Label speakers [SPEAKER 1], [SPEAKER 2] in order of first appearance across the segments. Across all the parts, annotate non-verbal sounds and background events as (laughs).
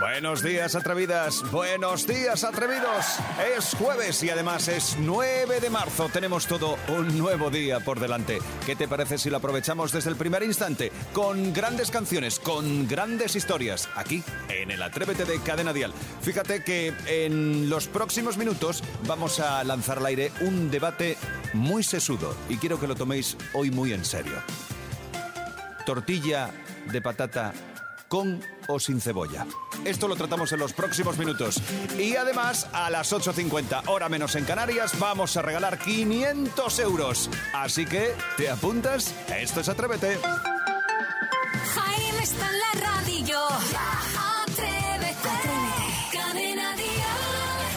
[SPEAKER 1] Buenos días, atrevidas. Buenos días, atrevidos. Es jueves y además es 9 de marzo. Tenemos todo un nuevo día por delante. ¿Qué te parece si lo aprovechamos desde el primer instante? Con grandes canciones, con grandes historias, aquí en el Atrévete de Cadena Dial. Fíjate que en los próximos minutos vamos a lanzar al aire un debate muy sesudo y quiero que lo toméis hoy muy en serio. Tortilla de patata con o sin cebolla. Esto lo tratamos en los próximos minutos. Y además, a las 8.50, hora menos en Canarias, vamos a regalar 500 euros. Así que, ¿te apuntas? Esto es Atrévete.
[SPEAKER 2] Jaime está en la radio. Atrévete. Cadena Dial.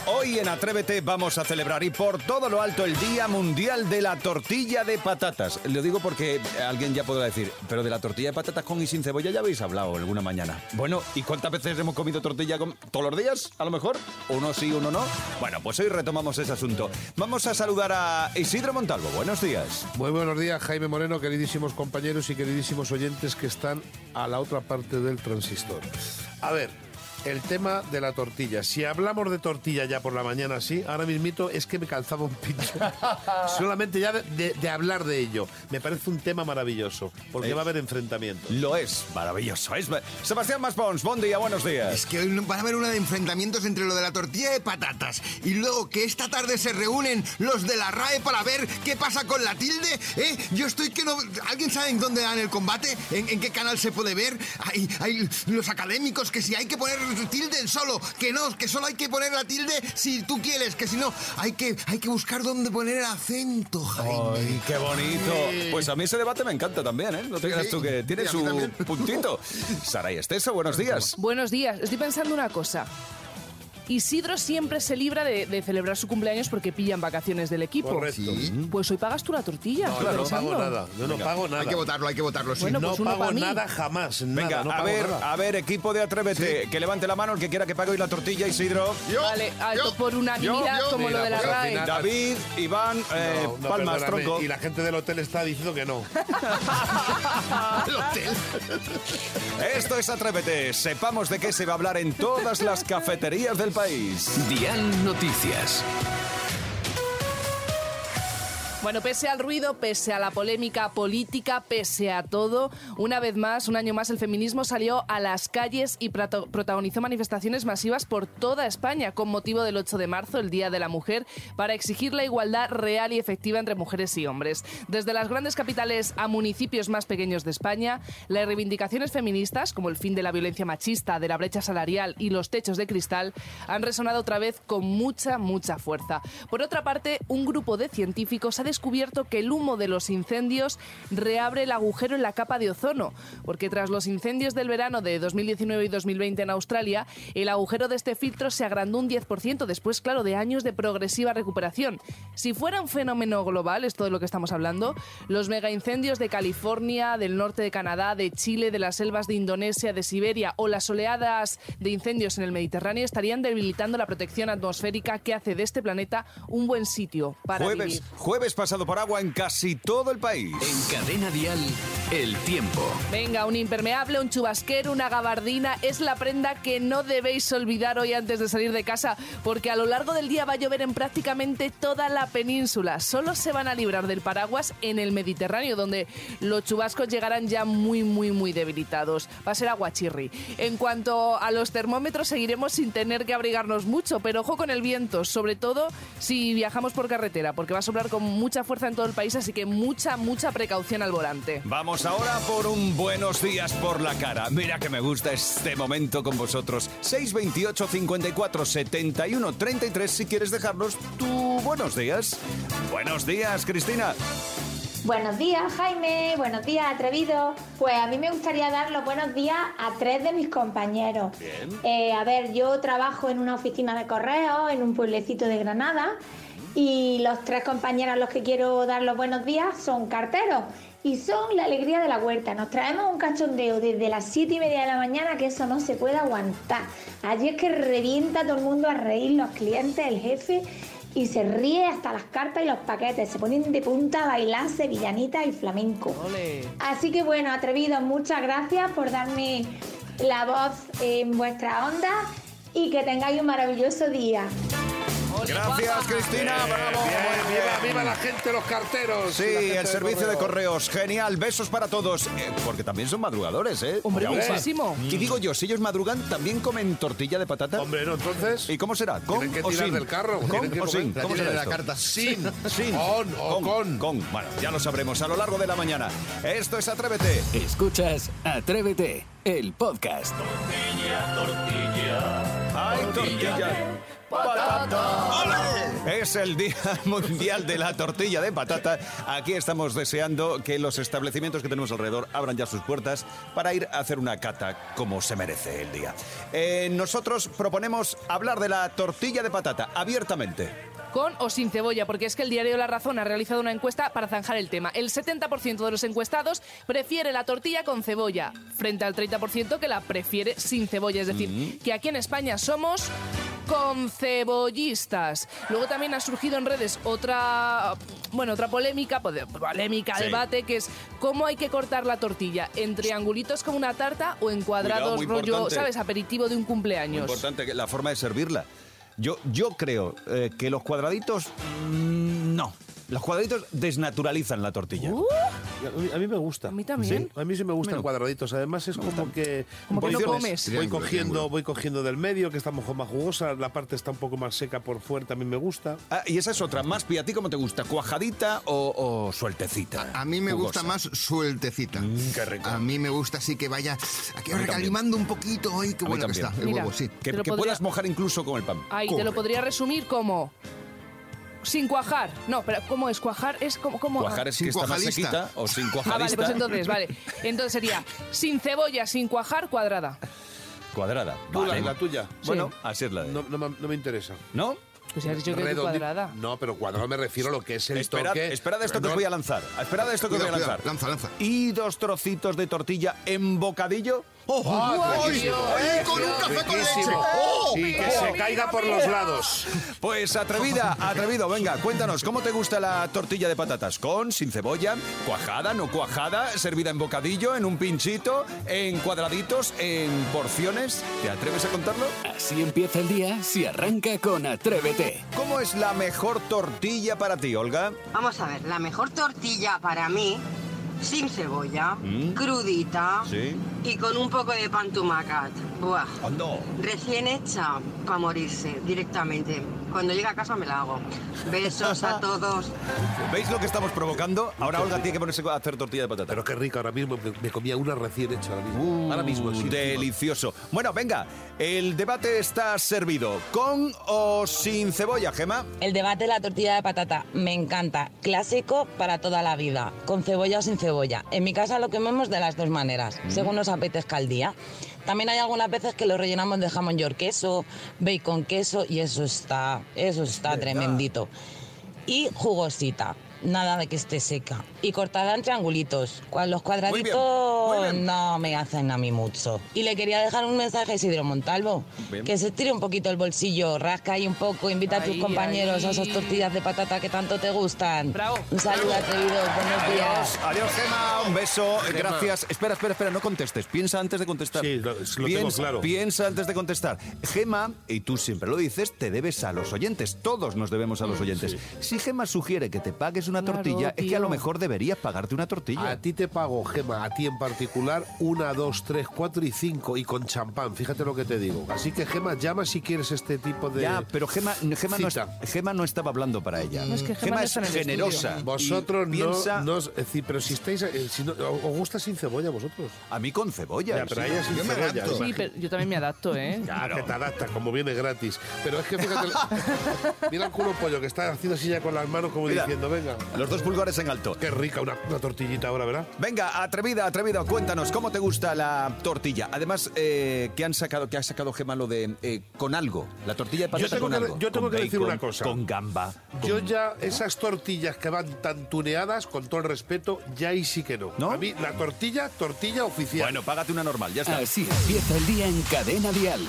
[SPEAKER 1] Hoy en Atrévete vamos a celebrar y por todo lo alto el Día Mundial de la Tortilla de Patatas. Lo digo porque alguien ya podrá decir, pero de la tortilla de patatas con y sin cebolla ya habéis hablado alguna mañana. Bueno, ¿y cuántas veces hemos comido tortilla con... todos los días? A lo mejor, uno sí, uno no. Bueno, pues hoy retomamos ese asunto. Vamos a saludar a Isidro Montalvo. Buenos días.
[SPEAKER 3] Muy buenos días, Jaime Moreno, queridísimos compañeros y queridísimos oyentes que están a la otra parte del transistor. A ver, el tema de la tortilla. Si hablamos de tortilla ya por la mañana, sí, ahora mismito es que me calzaba un
[SPEAKER 1] (laughs)
[SPEAKER 3] pincho. Solamente ya de, de- de hablar de ello. Me parece un tema maravilloso, porque
[SPEAKER 1] Eh.
[SPEAKER 3] va a haber enfrentamiento.
[SPEAKER 1] Lo es, maravilloso. Es... Sebastián Maspons, buen día, buenos días.
[SPEAKER 4] Es que hoy no- van a haber una de enfrentamientos entre lo de la tortilla de patatas y luego que esta tarde se reúnen los de la RAE para ver qué pasa con la tilde. ¿eh? Yo estoy que no... ¿Alguien sabe en dónde dan el combate? ¿En, en qué canal se puede ver? Hay, hay los académicos que si hay que poner tilde en solo, que no, que solo hay que poner la tilde si tú quieres, que si no, hay que, hay que buscar dónde poner el acento, Jaime.
[SPEAKER 1] Ay, qué bonito. Pues a mí ese debate me encanta también, ¿eh? No te creas tú que tiene
[SPEAKER 4] Sí, a mí
[SPEAKER 1] su
[SPEAKER 4] también.
[SPEAKER 3] (laughs)
[SPEAKER 1] puntito. Saray Esteso, buenos días.
[SPEAKER 5] Buenos días, estoy pensando una cosa. Isidro siempre se libra de, de celebrar su cumpleaños porque pillan vacaciones del equipo.
[SPEAKER 3] Correcto.
[SPEAKER 5] Pues hoy pagas tú la tortilla.
[SPEAKER 3] No,
[SPEAKER 5] estoy
[SPEAKER 3] yo no
[SPEAKER 5] pensando.
[SPEAKER 3] pago nada. Yo no
[SPEAKER 1] Venga,
[SPEAKER 3] pago nada.
[SPEAKER 4] Hay que votarlo, hay que votarlo, sí.
[SPEAKER 5] Bueno,
[SPEAKER 3] no
[SPEAKER 5] pues uno
[SPEAKER 3] pago
[SPEAKER 5] pa' mí.
[SPEAKER 3] nada jamás. nada,
[SPEAKER 1] Venga,
[SPEAKER 3] no
[SPEAKER 1] a
[SPEAKER 3] pago
[SPEAKER 1] ver,
[SPEAKER 3] nada.
[SPEAKER 1] a ver, equipo de Atrévete, que levante la mano el que quiera que pague hoy la tortilla, Isidro.
[SPEAKER 4] Yo,
[SPEAKER 5] Vale, alto
[SPEAKER 4] yo,
[SPEAKER 5] por unanimidad,
[SPEAKER 4] yo, yo.
[SPEAKER 5] como lo de la
[SPEAKER 3] pues al
[SPEAKER 5] RAE.
[SPEAKER 3] final-
[SPEAKER 1] David, Iván, eh,
[SPEAKER 3] No, no,
[SPEAKER 1] Palmas,
[SPEAKER 3] perdóname,
[SPEAKER 1] Tronco.
[SPEAKER 3] Y la gente del hotel está diciendo que no.
[SPEAKER 4] El hotel.
[SPEAKER 1] Esto es Atrévete. Sepamos de qué se va a hablar en todas las cafeterías del país.
[SPEAKER 6] Dial Noticias.
[SPEAKER 5] Bueno, pese al ruido, pese a la polémica política, pese a todo, una vez más, un año más, el feminismo salió a las calles y prato- protagonizó manifestaciones masivas por toda España con motivo del 8 de marzo, el Día de la Mujer, para exigir la igualdad real y efectiva entre mujeres y hombres. Desde las grandes capitales a municipios más pequeños de España, las reivindicaciones feministas, como el fin de la violencia machista, de la brecha salarial y los techos de cristal, han resonado otra vez con mucha, mucha fuerza. Por otra parte, un grupo de científicos ha descubierto que el humo de los incendios reabre el agujero en la capa de ozono, porque tras los incendios del verano de 2019 y 2020 en Australia, el agujero de este filtro se agrandó un 10% después, claro, de años de progresiva recuperación. Si fuera un fenómeno global, esto de lo que estamos hablando, los megaincendios de California, del norte de Canadá, de Chile, de las selvas de Indonesia, de Siberia o las oleadas de incendios en el Mediterráneo estarían debilitando la protección atmosférica que hace de este planeta un buen sitio para
[SPEAKER 1] Jueves,
[SPEAKER 5] vivir.
[SPEAKER 1] jueves pasado por agua en casi todo el país.
[SPEAKER 6] En Cadena Dial, el tiempo.
[SPEAKER 5] Venga, un impermeable, un chubasquero, una gabardina es la prenda que no debéis olvidar hoy antes de salir de casa, porque a lo largo del día va a llover en prácticamente toda la península. Solo se van a librar del paraguas en el Mediterráneo, donde los chubascos llegarán ya muy, muy, muy debilitados. Va a ser aguachirri. En cuanto a los termómetros, seguiremos sin tener que abrigarnos mucho, pero ojo con el viento, sobre todo si viajamos por carretera, porque va a soplar con mucha fuerza en todo el país, así que mucha, mucha precaución al volante.
[SPEAKER 1] Vamos ahora por un buenos días por la cara. Mira que me gusta este momento con vosotros. 628 54 71 33 si quieres dejarnos tu buenos días. Buenos días, Cristina.
[SPEAKER 7] Buenos días, Jaime. Buenos días, atrevido. Pues a mí me gustaría dar los buenos días a tres de mis compañeros. Eh, a ver, yo trabajo en una oficina de correo en un pueblecito de Granada y los tres compañeros a los que quiero dar los buenos días son carteros y son la alegría de la huerta. Nos traemos un cachondeo desde las siete y media de la mañana que eso no se puede aguantar. Allí es que revienta todo el mundo a reír, los clientes, el jefe y se ríe hasta las cartas y los paquetes. Se ponen de punta a bailar sevillanita y flamenco.
[SPEAKER 5] Ole.
[SPEAKER 7] Así que bueno, atrevidos, muchas gracias por darme la voz en vuestra onda y que tengáis un maravilloso día.
[SPEAKER 5] Ole,
[SPEAKER 1] Gracias,
[SPEAKER 5] guapa.
[SPEAKER 1] Cristina. Bravo.
[SPEAKER 3] Bien,
[SPEAKER 1] muy bien.
[SPEAKER 3] viva, viva la gente, los carteros.
[SPEAKER 1] Sí,
[SPEAKER 3] y la gente
[SPEAKER 1] el
[SPEAKER 3] del
[SPEAKER 1] servicio de
[SPEAKER 3] correo.
[SPEAKER 1] correos. Genial. Besos para todos. Eh, porque también son madrugadores, ¿eh?
[SPEAKER 5] Hombre,
[SPEAKER 1] Ya ves.
[SPEAKER 5] muchísimo.
[SPEAKER 1] Y digo yo, si ellos madrugan, ¿también comen tortilla de patata?
[SPEAKER 3] Hombre, ¿no? Entonces...
[SPEAKER 1] ¿Y cómo será? ¿Con
[SPEAKER 3] Tienen que
[SPEAKER 1] o
[SPEAKER 3] tirar
[SPEAKER 1] sin?
[SPEAKER 3] del carro, tienen
[SPEAKER 1] ¿Con
[SPEAKER 3] que
[SPEAKER 1] o sin?
[SPEAKER 3] comer.
[SPEAKER 1] ¿Cómo
[SPEAKER 4] Tiene
[SPEAKER 1] será
[SPEAKER 4] la
[SPEAKER 1] esto?
[SPEAKER 4] carta. Sin.
[SPEAKER 1] Sin.
[SPEAKER 3] Con o con.
[SPEAKER 1] Con. Bueno, ya lo sabremos a lo largo de la mañana. Esto es Atrévete.
[SPEAKER 6] Escuchas Atrévete, el podcast.
[SPEAKER 1] ¡Ay, tortilla! ¡Patata! Es el Día (laughs) Mundial de la Tortilla de Patata. Aquí estamos deseando que los establecimientos que tenemos alrededor abran ya sus puertas para ir a hacer una cata como se merece el día. Eh, nosotros proponemos hablar de la tortilla de patata abiertamente.
[SPEAKER 5] Con o sin cebolla, porque es que el diario La Razón ha realizado una encuesta para zanjar el tema. El 70% de los encuestados prefiere la tortilla con cebolla, frente al 30% que la prefiere sin cebolla. Es decir,
[SPEAKER 1] Mm.
[SPEAKER 5] que aquí en España somos concebollistas. Luego también ha surgido en redes otra, bueno, otra polémica, pode- polémica,
[SPEAKER 1] Sí.
[SPEAKER 5] debate, que es cómo hay que cortar la tortilla, en triangulitos como una tarta o en cuadrados,
[SPEAKER 1] muy
[SPEAKER 5] rollo,
[SPEAKER 1] importante.
[SPEAKER 5] ¿sabes? Aperitivo de un cumpleaños.
[SPEAKER 1] Importante que la forma de servirla. Yo, yo creo eh, que los cuadraditos... mm, no. Los cuadraditos desnaturalizan la tortilla.
[SPEAKER 3] A mí, a mí me gusta.
[SPEAKER 5] A mí también.
[SPEAKER 3] Sí, a mí sí me gustan cuadraditos. Además es como que...
[SPEAKER 5] Como que no
[SPEAKER 1] Posiciones.
[SPEAKER 5] comes.
[SPEAKER 3] Voy
[SPEAKER 4] Triángulo,
[SPEAKER 3] cogiendo,
[SPEAKER 4] triángulo.
[SPEAKER 3] voy cogiendo del medio, que está un poco más jugosa, la parte está un poco más seca por fuera, también me gusta.
[SPEAKER 1] Ah, y esa es otra, más ¿a ti cómo te gusta? ¿Cuajadita o, o sueltecita?
[SPEAKER 4] A mí me gusta más sueltecita.
[SPEAKER 1] Mm, qué rico.
[SPEAKER 4] A mí me gusta así que vaya aquí recalimando un poquito. Ay, qué
[SPEAKER 1] A mí
[SPEAKER 4] bueno que
[SPEAKER 1] también.
[SPEAKER 4] está. El
[SPEAKER 5] Mira.
[SPEAKER 4] huevo, sí.
[SPEAKER 5] Te
[SPEAKER 1] Que,
[SPEAKER 5] lo
[SPEAKER 1] que
[SPEAKER 5] podría-
[SPEAKER 1] puedas mojar incluso con el pan.
[SPEAKER 5] Ahí te lo
[SPEAKER 4] Correcto.
[SPEAKER 5] podría resumir como. Sin cuajar. No, pero ¿cómo es cuajar? Es como. como
[SPEAKER 1] Cuajar es
[SPEAKER 4] Sin
[SPEAKER 1] que está más
[SPEAKER 4] cuajadista.
[SPEAKER 1] sequita o sin
[SPEAKER 5] Ah,
[SPEAKER 1] cuajadista.
[SPEAKER 5] vale, pues entonces, vale. Entonces sería sin cebolla, sin cuajar, cuadrada.
[SPEAKER 1] Cuadrada.
[SPEAKER 3] Tú, la-
[SPEAKER 1] Vale.
[SPEAKER 3] la tuya.
[SPEAKER 1] Bueno, así es la de.
[SPEAKER 3] No,
[SPEAKER 1] ¿No?
[SPEAKER 3] no me- no me interesa.
[SPEAKER 5] Pues ya has dicho que
[SPEAKER 3] Redondi-
[SPEAKER 5] cuadrada.
[SPEAKER 3] No, pero cuadrado me refiero a lo que es el
[SPEAKER 1] Esperad,
[SPEAKER 3] toque.
[SPEAKER 1] esperad esto que os voy a lanzar. Esperad esto que os
[SPEAKER 4] Cuidado,
[SPEAKER 1] voy a
[SPEAKER 4] cuidado.
[SPEAKER 1] lanzar.
[SPEAKER 4] Lanza, lanza.
[SPEAKER 1] Y dos trocitos de tortilla en bocadillo.
[SPEAKER 4] ¡Oh!
[SPEAKER 5] ¡Ay,
[SPEAKER 4] ¡Ay!
[SPEAKER 5] Dios!
[SPEAKER 4] ¡Ay, con un café con leche!
[SPEAKER 3] Riquísimo.
[SPEAKER 4] ¡Oh!
[SPEAKER 3] Y que se caiga por los lados.
[SPEAKER 1] Pues atrevida, atrevido, venga, cuéntanos, ¿cómo te gusta la tortilla de patatas? ¿Con, sin cebolla, cuajada, no cuajada, servida en bocadillo, en un pinchito, en cuadraditos, en porciones? ¿Te atreves a contarlo?
[SPEAKER 6] Así empieza el día si arranca con Atrévete.
[SPEAKER 1] ¿Cómo es la mejor tortilla para ti, Olga?
[SPEAKER 8] Vamos a ver, la mejor tortilla para mí, sin cebolla, crudita
[SPEAKER 1] Sí.
[SPEAKER 8] y con un poco de pan tumacat. Buah.
[SPEAKER 1] no.
[SPEAKER 8] Recién hecha para morirse directamente. Cuando llegue a casa me la hago. Besos a todos.
[SPEAKER 1] ¿Veis lo que estamos provocando? Ahora Olga tiene que ponerse a hacer tortilla de patata.
[SPEAKER 3] Pero qué rica ahora mismo. Me, me comía una recién hecha ahora mismo.
[SPEAKER 1] Uh,
[SPEAKER 3] ahora mismo. sí.
[SPEAKER 1] Delicioso. Bueno, venga, el debate está servido. ¿Con o sin cebolla, Gema?
[SPEAKER 9] El debate de la tortilla de patata me encanta, clásico para toda la vida, con cebolla o sin cebolla. En mi casa lo comemos de las dos maneras,
[SPEAKER 1] Mm.
[SPEAKER 9] según nos apetezca el día. También hay algunas veces que lo rellenamos de jamón york queso, bacon queso y eso está, eso está tremendito. Y jugosita, nada de que esté seca. Y cortada en triangulitos, cual- los
[SPEAKER 1] Muy bien,
[SPEAKER 9] cuadraditos
[SPEAKER 1] muy bien.
[SPEAKER 9] no me hacen a mí mucho. Y le quería dejar un mensaje a Isidro Montalvo,
[SPEAKER 1] Bien.
[SPEAKER 9] que se estire un poquito el bolsillo, rasca ahí un poco, invita a tus
[SPEAKER 5] Ahí,
[SPEAKER 9] compañeros, a esas
[SPEAKER 5] ahí.
[SPEAKER 9] tortillas de patata que tanto te gustan.
[SPEAKER 5] Bravo.
[SPEAKER 9] Un saludo, atrevido. Buenos días.
[SPEAKER 1] Adiós, adiós, Gema. Un beso. Gracias. Espera, espera, espera, no contestes. Piensa antes de contestar.
[SPEAKER 3] Sí, lo- lo tengo
[SPEAKER 1] piensa,
[SPEAKER 3] claro.
[SPEAKER 1] Piensa antes de contestar. Gema, y tú siempre lo dices, te debes a los oyentes. Todos nos debemos a
[SPEAKER 3] Mm,
[SPEAKER 1] los oyentes. Si Gema sugiere que te pagues una
[SPEAKER 5] Claro,
[SPEAKER 1] tortilla, es que a
[SPEAKER 5] tío.
[SPEAKER 1] lo mejor deberías pagarte una tortilla.
[SPEAKER 3] A ti te pago, Gema, a ti en particular, una, dos, tres, cuatro y cinco, y con champán, fíjate lo que te digo. Así que, Gema, llama si quieres este tipo de...
[SPEAKER 1] Ya, pero Gema, Gema, no, es-
[SPEAKER 3] Cita.
[SPEAKER 1] Gema no estaba hablando para ella.
[SPEAKER 5] No, es que Gema no
[SPEAKER 1] es
[SPEAKER 5] está en el
[SPEAKER 1] generosa. y
[SPEAKER 3] Vosotros no,
[SPEAKER 1] piensa
[SPEAKER 3] no os- es decir, pero si estáis, eh, si no- os gusta sin cebolla vosotros.
[SPEAKER 1] a mí con cebolla.
[SPEAKER 3] Ya, pero
[SPEAKER 1] sí.
[SPEAKER 3] a ella sin
[SPEAKER 4] Yo me
[SPEAKER 3] cebolla.
[SPEAKER 4] adapto.
[SPEAKER 3] imagino.
[SPEAKER 5] Sí, pero yo también me adapto, ¿eh?
[SPEAKER 3] Claro. Ah, Que te adaptas, como
[SPEAKER 1] (laughs)
[SPEAKER 3] viene gratis. Pero es que fíjate, mira el culo pollo que está haciendo así ya con las manos como
[SPEAKER 1] Mira,
[SPEAKER 3] diciendo, venga.
[SPEAKER 1] Los dos pulgares en alto.
[SPEAKER 3] Qué rica una, una tortillita ahora, ¿verdad?
[SPEAKER 1] Venga, atrevida, atrevido, cuéntanos, ¿cómo te gusta la tortilla? Además, eh, ¿qué han sacado, que ha sacado Gemma lo de eh, con algo? La tortilla de patata
[SPEAKER 3] tengo
[SPEAKER 1] con
[SPEAKER 3] que-
[SPEAKER 1] algo.
[SPEAKER 3] yo tengo
[SPEAKER 6] Con
[SPEAKER 3] que decir
[SPEAKER 6] bacon,
[SPEAKER 3] una cosa.
[SPEAKER 6] Con gamba.
[SPEAKER 3] Yo ya, esas tortillas que van tan tuneadas, con todo el respeto, ya ahí sí que no.
[SPEAKER 1] ¿No?
[SPEAKER 3] A mí, la tortilla, tortilla oficial.
[SPEAKER 1] Bueno, págate una normal, ya está.
[SPEAKER 3] Ah,
[SPEAKER 6] Así empieza el día en Cadena Dial.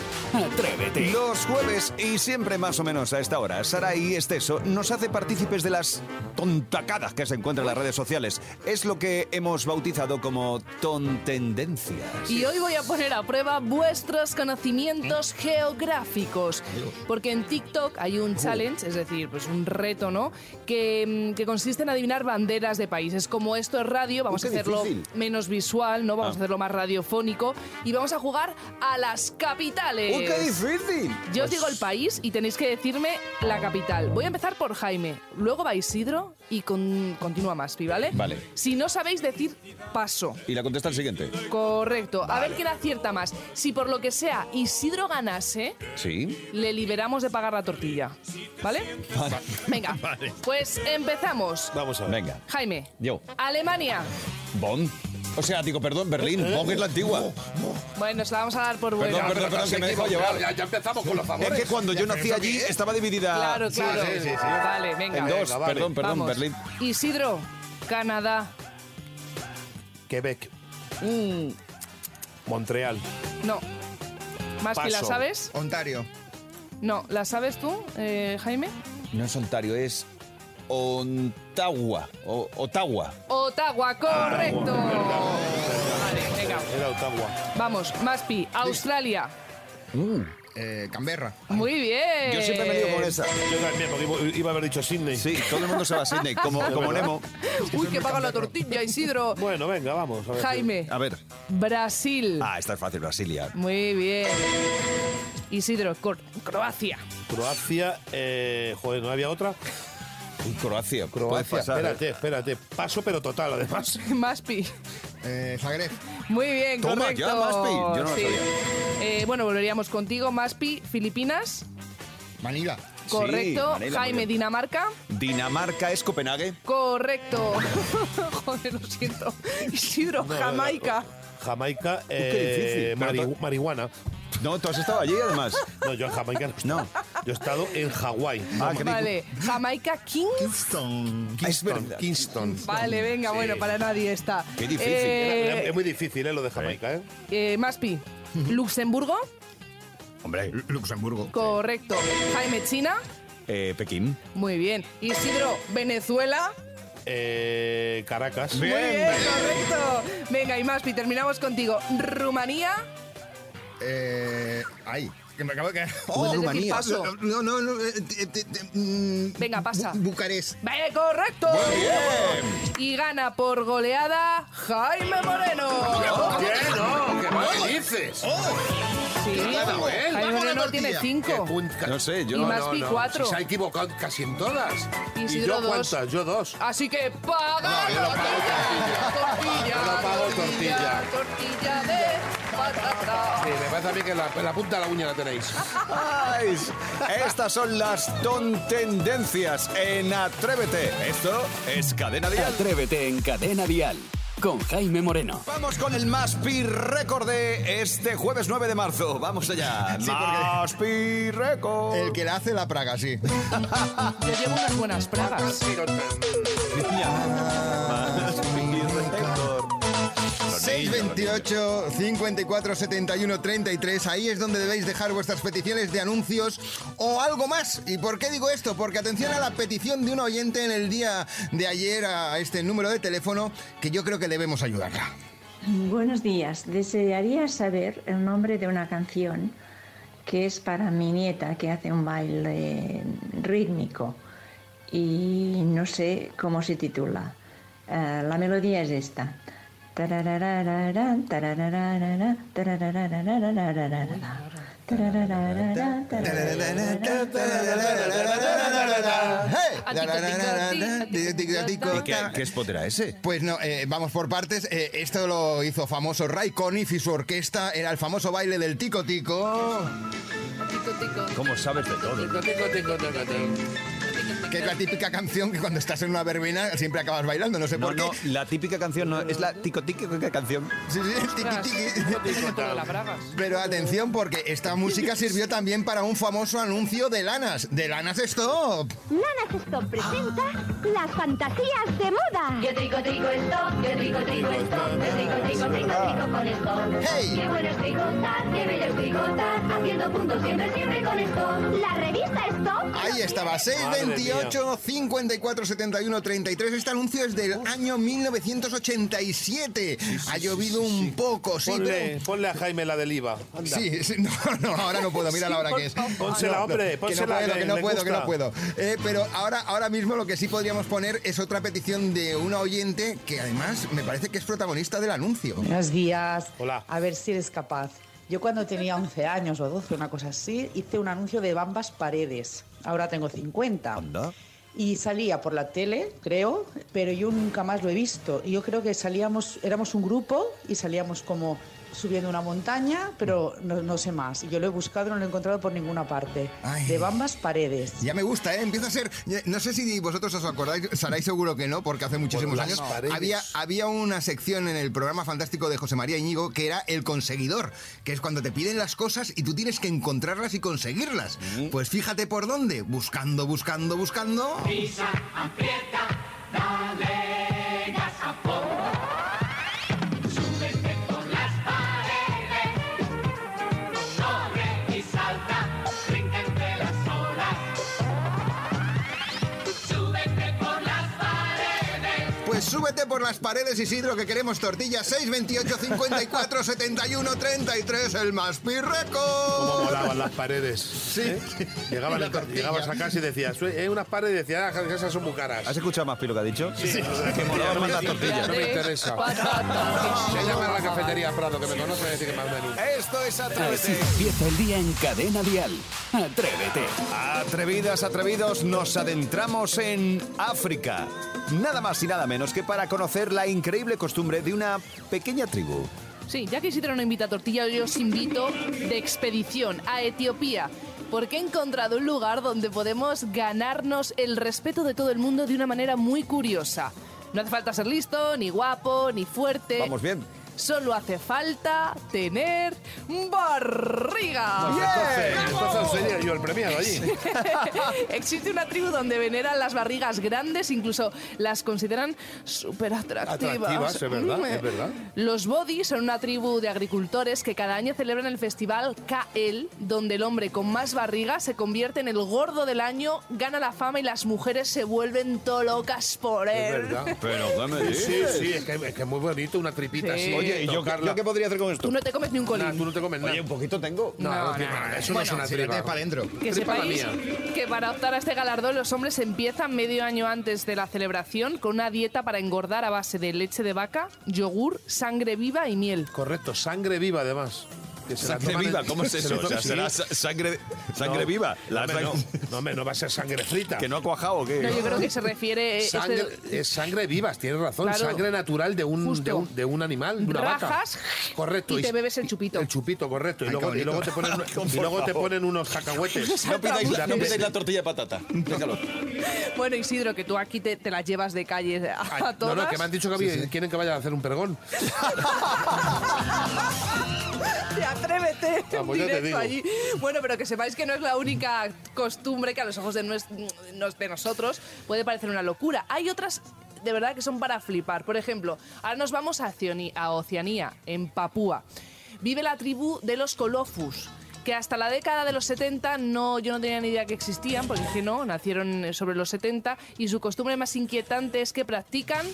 [SPEAKER 6] Atrévete.
[SPEAKER 1] Los jueves y siempre más o menos a esta hora, Sara y Esteso nos hace partícipes de las tontacadas que se encuentran en las redes sociales. Es lo que hemos bautizado como tontendencias.
[SPEAKER 5] Y hoy voy a poner a prueba vuestros
[SPEAKER 1] Mm.
[SPEAKER 5] conocimientos geográficos. Porque en TikTok hay
[SPEAKER 1] Uh.
[SPEAKER 5] un challenge, es decir, pues un reto, ¿no? Que, mm, que consiste en adivinar banderas de países. Como esto es radio, vamos
[SPEAKER 1] Uy,
[SPEAKER 5] a
[SPEAKER 1] qué
[SPEAKER 5] hacerlo
[SPEAKER 1] difícil.
[SPEAKER 5] menos visual, ¿no? Vamos
[SPEAKER 1] Ah.
[SPEAKER 5] a hacerlo más radiofónico. Y vamos a jugar a las capitales.
[SPEAKER 1] ¡Uy, ¡Oh, qué difícil! Pues
[SPEAKER 5] Yo os digo el país y tenéis que decirme la capital. Voy a empezar por Jaime, luego va Isidro y con- continúa Maspi, ¿vale?
[SPEAKER 1] Vale.
[SPEAKER 5] Si no sabéis decir paso.
[SPEAKER 1] Y la contesta el siguiente.
[SPEAKER 5] Correcto. A ver quién acierta más. Si por lo que sea Isidro ganase,
[SPEAKER 1] Sí.
[SPEAKER 5] le liberamos de pagar la tortilla. ¿Vale? Venga. Pues empezamos.
[SPEAKER 3] vamos a ver.
[SPEAKER 1] Venga.
[SPEAKER 5] Jaime.
[SPEAKER 1] Yo.
[SPEAKER 5] Alemania.
[SPEAKER 1] Bonn. O sea, digo, perdón, Berlín.
[SPEAKER 3] Eh,
[SPEAKER 1] Bonn es la antigua.
[SPEAKER 5] Bueno, se la vamos a dar por buena.
[SPEAKER 1] Perdón, perdón, perdón, que me dejo llevar.
[SPEAKER 3] Ya, ya empezamos con los favores.
[SPEAKER 1] Es que cuando yo nací allí estaba dividida
[SPEAKER 5] Claro,
[SPEAKER 3] Sí,
[SPEAKER 5] claro.
[SPEAKER 3] sí, sí, sí.
[SPEAKER 5] Vale, venga.
[SPEAKER 1] en dos.
[SPEAKER 3] Venga, vale.
[SPEAKER 1] Perdón, perdón,
[SPEAKER 5] Vamos.
[SPEAKER 1] Berlín.
[SPEAKER 5] Isidro, Canadá.
[SPEAKER 3] Quebec,
[SPEAKER 5] Mm,
[SPEAKER 3] Montreal,
[SPEAKER 5] no. ¿Más que la
[SPEAKER 3] Paso.
[SPEAKER 5] sabes?
[SPEAKER 4] Ontario.
[SPEAKER 5] No. ¿La sabes tú, eh, Jaime?
[SPEAKER 1] No es Ontario, es Ontawa. O, Ottawa.
[SPEAKER 5] Ottawa, correcto. Vale, venga.
[SPEAKER 3] era Ottawa.
[SPEAKER 5] Vamos, Maspi, Australia.
[SPEAKER 4] Eh, Canberra.
[SPEAKER 5] Muy bien.
[SPEAKER 1] Yo siempre me
[SPEAKER 5] Eh,
[SPEAKER 1] lío con esa.
[SPEAKER 3] Yo también, porque iba- iba a haber dicho Sydney.
[SPEAKER 1] Sí, todo el mundo se va a Sydney, como,
[SPEAKER 5] (laughs)
[SPEAKER 1] como Nemo.
[SPEAKER 5] Uy, que paga la tortilla,
[SPEAKER 1] (laughs)
[SPEAKER 5] Isidro.
[SPEAKER 3] Bueno, venga, vamos. A ver.
[SPEAKER 5] Jaime,
[SPEAKER 1] A ver.
[SPEAKER 5] Brasil.
[SPEAKER 1] Ah, esta es fácil, Brasilia.
[SPEAKER 5] Muy bien. Isidro, Cor- Croacia. (laughs)
[SPEAKER 3] Croacia, eh, joder, ¿no había otra?
[SPEAKER 1] Uy, Croacia. puede
[SPEAKER 3] Croacia,
[SPEAKER 1] pasar, ¿eh?
[SPEAKER 3] espérate, espérate. Paso, pero total, además.
[SPEAKER 5] Maspi.
[SPEAKER 4] Eh, Zagreb.
[SPEAKER 5] Muy bien,
[SPEAKER 1] Toma,
[SPEAKER 5] correcto.
[SPEAKER 1] ya, Maspi. Yo no lo
[SPEAKER 5] Sí.
[SPEAKER 1] sabía.
[SPEAKER 5] Eh, bueno, volveríamos contigo, Maspi. Filipinas.
[SPEAKER 4] Manila.
[SPEAKER 5] Correcto.
[SPEAKER 1] Manila, muy
[SPEAKER 5] Jaime,
[SPEAKER 1] bien.
[SPEAKER 5] Dinamarca.
[SPEAKER 1] Dinamarca es Copenhague.
[SPEAKER 5] Correcto. (laughs) Joder, lo siento. Isidro, Jamaica.
[SPEAKER 3] Jamaica,
[SPEAKER 1] qué
[SPEAKER 3] eh,
[SPEAKER 1] difícil. Pero
[SPEAKER 3] mari-
[SPEAKER 1] to-
[SPEAKER 3] marihuana.
[SPEAKER 1] No, tú has estado allí además.
[SPEAKER 3] No, yo en Jamaica no.
[SPEAKER 1] No.
[SPEAKER 3] he estado. Yo he estado en Hawái.
[SPEAKER 1] Ah, qué rico.
[SPEAKER 5] Vale. Jamaica, King.
[SPEAKER 4] Kingston.
[SPEAKER 1] Ah, es verdad.
[SPEAKER 3] Kingston.
[SPEAKER 5] Vale, venga, bueno, para nadie está.
[SPEAKER 1] Qué difícil.
[SPEAKER 3] Era- era-
[SPEAKER 5] Eh,
[SPEAKER 3] es muy difícil, ¿eh? Lo de Jamaica, ¿eh?
[SPEAKER 5] eh, Maspi, Luxemburgo,
[SPEAKER 4] Hombre, Lu- Luxemburgo.
[SPEAKER 5] correcto. Jaime, China,
[SPEAKER 1] Eh, Pekín.
[SPEAKER 5] muy bien. Isidro, Venezuela,
[SPEAKER 3] Eh, Caracas.
[SPEAKER 5] muy bien, correcto. Venga, y Maspi, terminamos contigo. Rumanía,
[SPEAKER 4] Eh, ahí. Que me acabo de caer.
[SPEAKER 5] Puedes decir paso.
[SPEAKER 4] No, no, no. eh, te- te- te- mm,
[SPEAKER 5] Venga, pasa.
[SPEAKER 4] Bu- Bucarest.
[SPEAKER 5] Vale, correcto. Y gana por goleada Jaime Moreno.
[SPEAKER 3] ¿Qué dices?
[SPEAKER 5] Sí,
[SPEAKER 4] ganado él?
[SPEAKER 5] Jaime
[SPEAKER 4] Vamos a la
[SPEAKER 5] Moreno tiene
[SPEAKER 4] tortilla.
[SPEAKER 5] cinco.
[SPEAKER 1] No sé, yo
[SPEAKER 5] Y
[SPEAKER 1] no-
[SPEAKER 5] Maspi, cuatro.
[SPEAKER 3] equivocado casi en todas. ¿Y
[SPEAKER 5] Isidro,
[SPEAKER 3] yo
[SPEAKER 5] dos.
[SPEAKER 3] cuántas? Yo dos.
[SPEAKER 5] Así que paga
[SPEAKER 4] yo no pago
[SPEAKER 5] tortilla,
[SPEAKER 3] Yo no pago
[SPEAKER 5] tortilla, tortilla de patata.
[SPEAKER 3] me parece a mí que la, punta de la uña la tenéis.
[SPEAKER 1] Ay, Estas son las tontendencias en Atrévete. Esto es Cadena Dial.
[SPEAKER 6] Atrévete en Cadena Dial. Con Jaime Moreno.
[SPEAKER 1] Vamos con el Maspi récord de este jueves 9 de marzo. Vamos allá.
[SPEAKER 4] Sí, porque-
[SPEAKER 1] Maspi récord.
[SPEAKER 4] El que la hace la praga, sí.
[SPEAKER 5] Yo llevo unas buenas pragas.
[SPEAKER 1] Maspi récord.
[SPEAKER 4] 628 54 71 33 ahí es donde debéis dejar vuestras peticiones de anuncios o algo más. ¿Y por qué digo esto? Porque atención a la petición de un oyente en el día de ayer a este número de teléfono que yo creo que debemos ayudarla.
[SPEAKER 10] Buenos días. Desearía saber el nombre de una canción que es para mi nieta que hace un baile rítmico y no sé cómo se titula. Eh, la melodía es esta. Tararararara, tararararara, tarararararararara, tararararara, tararararara.
[SPEAKER 4] ¡Eh!
[SPEAKER 1] ¿Qué, qué spot era ese?
[SPEAKER 4] Pues no, eh, vamos por partes. Eh, esto lo hizo famoso Ray Conniff y su orquesta. Era el famoso baile del tico tico.
[SPEAKER 5] Tico, tico,
[SPEAKER 1] ¿Cómo sabes de
[SPEAKER 5] tico,
[SPEAKER 1] todo?
[SPEAKER 5] tico, tico, tico, tico, tico, tico.
[SPEAKER 4] que es la típica canción que cuando estás en una verbena siempre acabas bailando, no sé
[SPEAKER 1] No,
[SPEAKER 4] por qué.
[SPEAKER 1] no, la típica canción no, es la ticotíquica canción.
[SPEAKER 4] (laughs) Sí, sí, el tiqui, tiqui. Pero atención, porque esta música sirvió también para un famoso anuncio de Lanas. De Lanas Stop.
[SPEAKER 11] Lanas Stop presenta las fantasías de moda. Yo trigo, trigo stop, yo trigo, trigo stop, yo trigo, trigo, trigo, trigo con stop.
[SPEAKER 4] ¡Hey!
[SPEAKER 11] ¡Qué buenos trigotas, qué bellos trigotas! Haciendo puntos siempre, siempre con stop. La revista Stop.
[SPEAKER 4] Ahí estaba, 628 54 71 33. Este anuncio es del año 1987. ha llovido un poco, sí,
[SPEAKER 3] Ponle,
[SPEAKER 4] pero-
[SPEAKER 3] ponle a Jaime la del IVA. Anda.
[SPEAKER 4] Sí, (laughs) sí, no, no, ahora no puedo, mira la hora que es.
[SPEAKER 3] Pónsela,
[SPEAKER 4] No, no,
[SPEAKER 3] hombre,
[SPEAKER 4] que no
[SPEAKER 3] pónsela,
[SPEAKER 4] puedo,
[SPEAKER 3] que
[SPEAKER 4] Que no
[SPEAKER 3] le
[SPEAKER 4] puedo, que no
[SPEAKER 3] gusta.
[SPEAKER 4] puedo. Eh, pero ahora, ahora mismo lo que sí podríamos poner es otra petición de una oyente que además me parece que es protagonista del anuncio.
[SPEAKER 12] Buenos días.
[SPEAKER 3] Hola.
[SPEAKER 12] A ver si eres capaz. Yo cuando tenía 11 años o 12, una cosa así, hice un anuncio de Bambas Paredes. Ahora tengo 50. Y salía por la tele, creo, pero yo nunca más lo he visto. Y Yo creo que salíamos, éramos un grupo y salíamos como subiendo una montaña, pero no, no sé más. Y yo lo he buscado, no lo he encontrado por ninguna parte.
[SPEAKER 4] Ay.
[SPEAKER 12] De Bambas Paredes.
[SPEAKER 4] Ya me gusta, ¿eh? Empieza a ser... No sé si vosotros os acordáis, Saray seguro que no, porque hace muchísimos
[SPEAKER 3] las
[SPEAKER 4] años
[SPEAKER 3] paredes.
[SPEAKER 4] había, había una sección en el programa fantástico de José María Íñigo que era El Conseguidor, que es cuando te piden las cosas y tú tienes que encontrarlas y conseguirlas. Pues fíjate por dónde, buscando, buscando, buscando... Pues súbete por las paredes, Isidro, que queremos tortillas 628 54 71 33, el más
[SPEAKER 3] Cómo
[SPEAKER 4] pirreco.
[SPEAKER 3] volaban las paredes. Sí. Llegaban
[SPEAKER 4] Y la
[SPEAKER 3] en-
[SPEAKER 4] tortilla.
[SPEAKER 3] llegabas a casa y decías, "Sue- eh, unas paredes, y decías, ah, esas son muy caras.
[SPEAKER 1] ¿Has escuchado más pilo que ha dicho?
[SPEAKER 3] Sí, o sea, que
[SPEAKER 1] molaba más la tortilla.
[SPEAKER 3] No me interesa. Se llama a la cafetería Prado, que me conoce, decir que más menú.
[SPEAKER 1] Esto es
[SPEAKER 6] Así
[SPEAKER 1] Atrévete.
[SPEAKER 6] empieza el día en Cadena Dial. Atrévete.
[SPEAKER 1] Atrevidas, atrevidos, nos adentramos en África. Nada más y nada menos que para conocer la increíble costumbre de una pequeña tribu.
[SPEAKER 5] Sí, ya que Isidro no invita a tortilla, yo os invito de expedición a Etiopía. Porque he encontrado un lugar donde podemos ganarnos el respeto de todo el mundo de una manera muy curiosa. No hace falta ser listo, ni guapo, ni fuerte.
[SPEAKER 1] Vamos bien.
[SPEAKER 5] Solo hace falta tener barriga.
[SPEAKER 3] ¡Eh, Entonces, entonces sería yo el premiado allí.
[SPEAKER 5] (laughs) Existe una tribu donde veneran las barrigas grandes, incluso las consideran súper atractivas.
[SPEAKER 3] Atractivas, es verdad, es verdad.
[SPEAKER 5] Los Bodis son una tribu de agricultores que cada año celebran el festival KL, donde el hombre con más barriga se convierte en el gordo del año, gana la fama y las mujeres se vuelven to locas por
[SPEAKER 3] Es
[SPEAKER 5] él.
[SPEAKER 3] verdad.
[SPEAKER 1] Pero,
[SPEAKER 3] Sí, sí, es que es, que es muy bonito una tripita
[SPEAKER 5] Sí.
[SPEAKER 3] así.
[SPEAKER 1] Oye, ¿y yo,
[SPEAKER 3] tocarla.
[SPEAKER 1] yo qué podría hacer con esto?
[SPEAKER 5] Tú no te comes ni un colín.
[SPEAKER 3] Nah, tú no te comes nada.
[SPEAKER 1] Oye, un poquito tengo.
[SPEAKER 3] no,
[SPEAKER 5] No, no,
[SPEAKER 3] no, no, eso no es
[SPEAKER 4] Bueno,
[SPEAKER 3] una
[SPEAKER 4] si
[SPEAKER 3] tripa.
[SPEAKER 4] para adentro.
[SPEAKER 5] Que
[SPEAKER 3] Tripa la
[SPEAKER 5] sepáis que para optar a este galardón los hombres empiezan medio año antes de la celebración con una dieta para engordar a base de leche de vaca, yogur, sangre viva y miel.
[SPEAKER 3] Correcto, sangre viva además. Que se la
[SPEAKER 1] Sangre
[SPEAKER 3] toman en-
[SPEAKER 1] viva, ¿cómo es
[SPEAKER 3] (laughs) se
[SPEAKER 1] eso? (laughs)
[SPEAKER 3] la
[SPEAKER 1] O sea,
[SPEAKER 3] toman-
[SPEAKER 1] será
[SPEAKER 3] sí.
[SPEAKER 1] sa- sangre, sangre
[SPEAKER 3] No,
[SPEAKER 1] viva.
[SPEAKER 3] No,
[SPEAKER 1] La
[SPEAKER 3] hombre, no,
[SPEAKER 1] sang-
[SPEAKER 3] no, hombre, no va a ser sangre
[SPEAKER 1] (laughs)
[SPEAKER 3] frita.
[SPEAKER 1] ¿Que no ha cuajado o qué?
[SPEAKER 5] No, yo creo que se refiere eh, este-
[SPEAKER 3] Sangre, es sangre vivas, tienes razón.
[SPEAKER 5] Claro.
[SPEAKER 3] sangre natural de un,
[SPEAKER 5] Justo.
[SPEAKER 3] de un, de un animal, de una
[SPEAKER 5] Rajas
[SPEAKER 3] vaca. Correcto.
[SPEAKER 5] y te bebes el chupito.
[SPEAKER 3] El chupito, correcto. Y,
[SPEAKER 4] Ay,
[SPEAKER 3] luego,
[SPEAKER 4] qué
[SPEAKER 3] y luego te ponen, y luego te ponen unos cacahuetes.
[SPEAKER 1] No pidáis,
[SPEAKER 3] La-
[SPEAKER 1] no pidáis la tortilla de patata. (laughs) Déjalo.
[SPEAKER 5] Bueno, Isidro, que tú aquí te, te las llevas de calle a,
[SPEAKER 3] Ay,
[SPEAKER 5] a
[SPEAKER 3] no,
[SPEAKER 5] todas.
[SPEAKER 3] no, que me han dicho que había- quieren que vaya a hacer un pergón.
[SPEAKER 5] (laughs) Te atrévete
[SPEAKER 3] Ah,
[SPEAKER 5] en
[SPEAKER 3] pues ya te
[SPEAKER 5] directo
[SPEAKER 3] digo.
[SPEAKER 5] allí. Bueno, pero que sepáis que no es la única costumbre que a los ojos de, nues- nos- de nosotros puede parecer una locura. Hay otras de verdad que son para flipar. Por ejemplo, ahora nos vamos a, Oceani- a Oceanía, en Papúa. Vive la tribu de los Colofus. Que hasta la década de los 70 no, yo no tenía ni idea que existían, porque dije no, nacieron eh, sobre los 70 y su costumbre más inquietante es que practican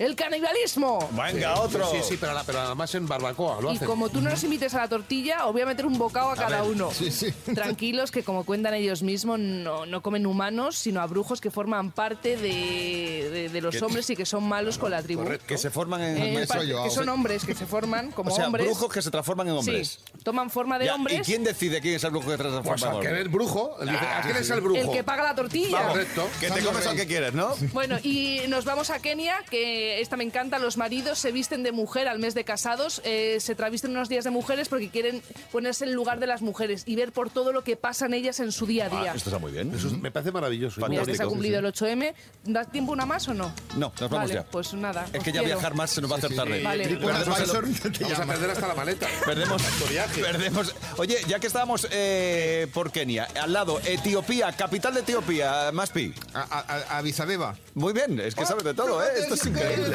[SPEAKER 5] el canibalismo.
[SPEAKER 1] Venga, otro.
[SPEAKER 3] Sí, sí, pero, la- pero además en barbacoa lo
[SPEAKER 5] Y
[SPEAKER 3] hacen.
[SPEAKER 5] como tú no nos invites a la tortilla, os voy a meter un bocado a cada uno.
[SPEAKER 4] sí, sí.
[SPEAKER 5] Tranquilos, que como cuentan ellos mismos, no, no comen humanos, sino a brujos que forman parte de, de- de los hombres y que son malos con la tribu.
[SPEAKER 1] Que se forman en...
[SPEAKER 5] Eh,
[SPEAKER 4] Eso
[SPEAKER 5] parte-
[SPEAKER 4] yo
[SPEAKER 5] que
[SPEAKER 4] hago.
[SPEAKER 5] son hombres que se forman como
[SPEAKER 1] (laughs) o sea,
[SPEAKER 5] hombres.
[SPEAKER 1] brujos que se transforman en hombres.
[SPEAKER 5] Sí, toman forma de
[SPEAKER 1] Ya,
[SPEAKER 5] hombres.
[SPEAKER 1] ¿Y quién decide quién es el brujo que se transforma
[SPEAKER 3] Pues al
[SPEAKER 1] en
[SPEAKER 3] que
[SPEAKER 1] hombre?
[SPEAKER 3] es el brujo, le dice, ¿a quién es el brujo?
[SPEAKER 5] El que paga la tortilla.
[SPEAKER 3] Vamos. Correcto.
[SPEAKER 1] Que te comes al que quieres, ¿no?
[SPEAKER 5] Bueno, y nos vamos a Kenia, que eh, esta me encanta, los maridos se visten de mujer al mes de casados, eh, se travisten unos días de mujeres porque quieren ponerse en el lugar de las mujeres y ver por todo lo que pasan ellas en su día a día.
[SPEAKER 1] Ah, esto está muy bien.
[SPEAKER 3] Eso es- me parece maravilloso.
[SPEAKER 5] Mira, que se ha
[SPEAKER 1] fantástico.
[SPEAKER 5] cumplido el 8M. ¿Da tiempo una más o no?
[SPEAKER 1] No, nos vamos
[SPEAKER 5] Vale,
[SPEAKER 1] ya.
[SPEAKER 5] Pues nada.
[SPEAKER 1] Es
[SPEAKER 5] os
[SPEAKER 1] que ya
[SPEAKER 5] quiero.
[SPEAKER 1] viajar más se nos va a hacer tarde.
[SPEAKER 5] Vale.
[SPEAKER 3] TripAdvisor te
[SPEAKER 1] Vamos a
[SPEAKER 3] llama.
[SPEAKER 1] perder
[SPEAKER 3] hasta la maleta.
[SPEAKER 1] Perdemos, perdemos. Oye, ya que estábamos eh, por Kenia, al lado, Etiopía, capital de Etiopía, Maspi.
[SPEAKER 4] A, Addis Abeba.
[SPEAKER 1] Muy bien, es que sabes de todo, ¿eh? Esto es increíble.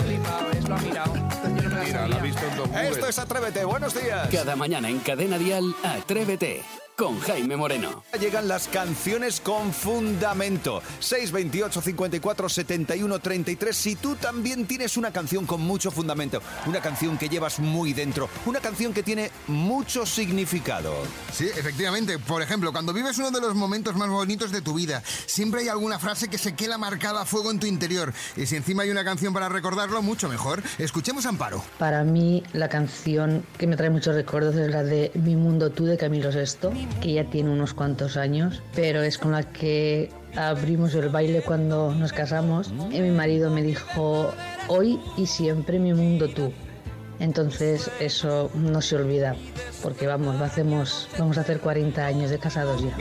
[SPEAKER 5] Lo ha mirado. Yo no me la
[SPEAKER 3] Mira, la ha visto en dos
[SPEAKER 1] Esto es Atrévete, buenos días.
[SPEAKER 6] Cada mañana en Cadena Dial, Atrévete con Jaime Moreno.
[SPEAKER 1] Llegan las canciones con fundamento. 628 54 71 33. Si tú también tienes una canción con mucho fundamento, una canción que llevas muy dentro, una canción que tiene mucho significado.
[SPEAKER 4] Sí, efectivamente. Por ejemplo, cuando vives uno de los momentos más bonitos de tu vida, siempre hay alguna frase que se queda marcada a fuego en tu interior. Y si encima hay una canción para recordarlo, mucho mejor. Escuchemos Amparo.
[SPEAKER 13] Para mí la canción que me trae muchos recuerdos es la de Mi Mundo Tú de Camilo Sesto, que ya tiene unos cuantos años, pero es con la que abrimos el baile cuando nos casamos. Y mi marido me dijo, hoy y siempre Mi Mundo Tú. Entonces eso no se olvida, porque vamos, lo hacemos, vamos a hacer 40 años de casados ya.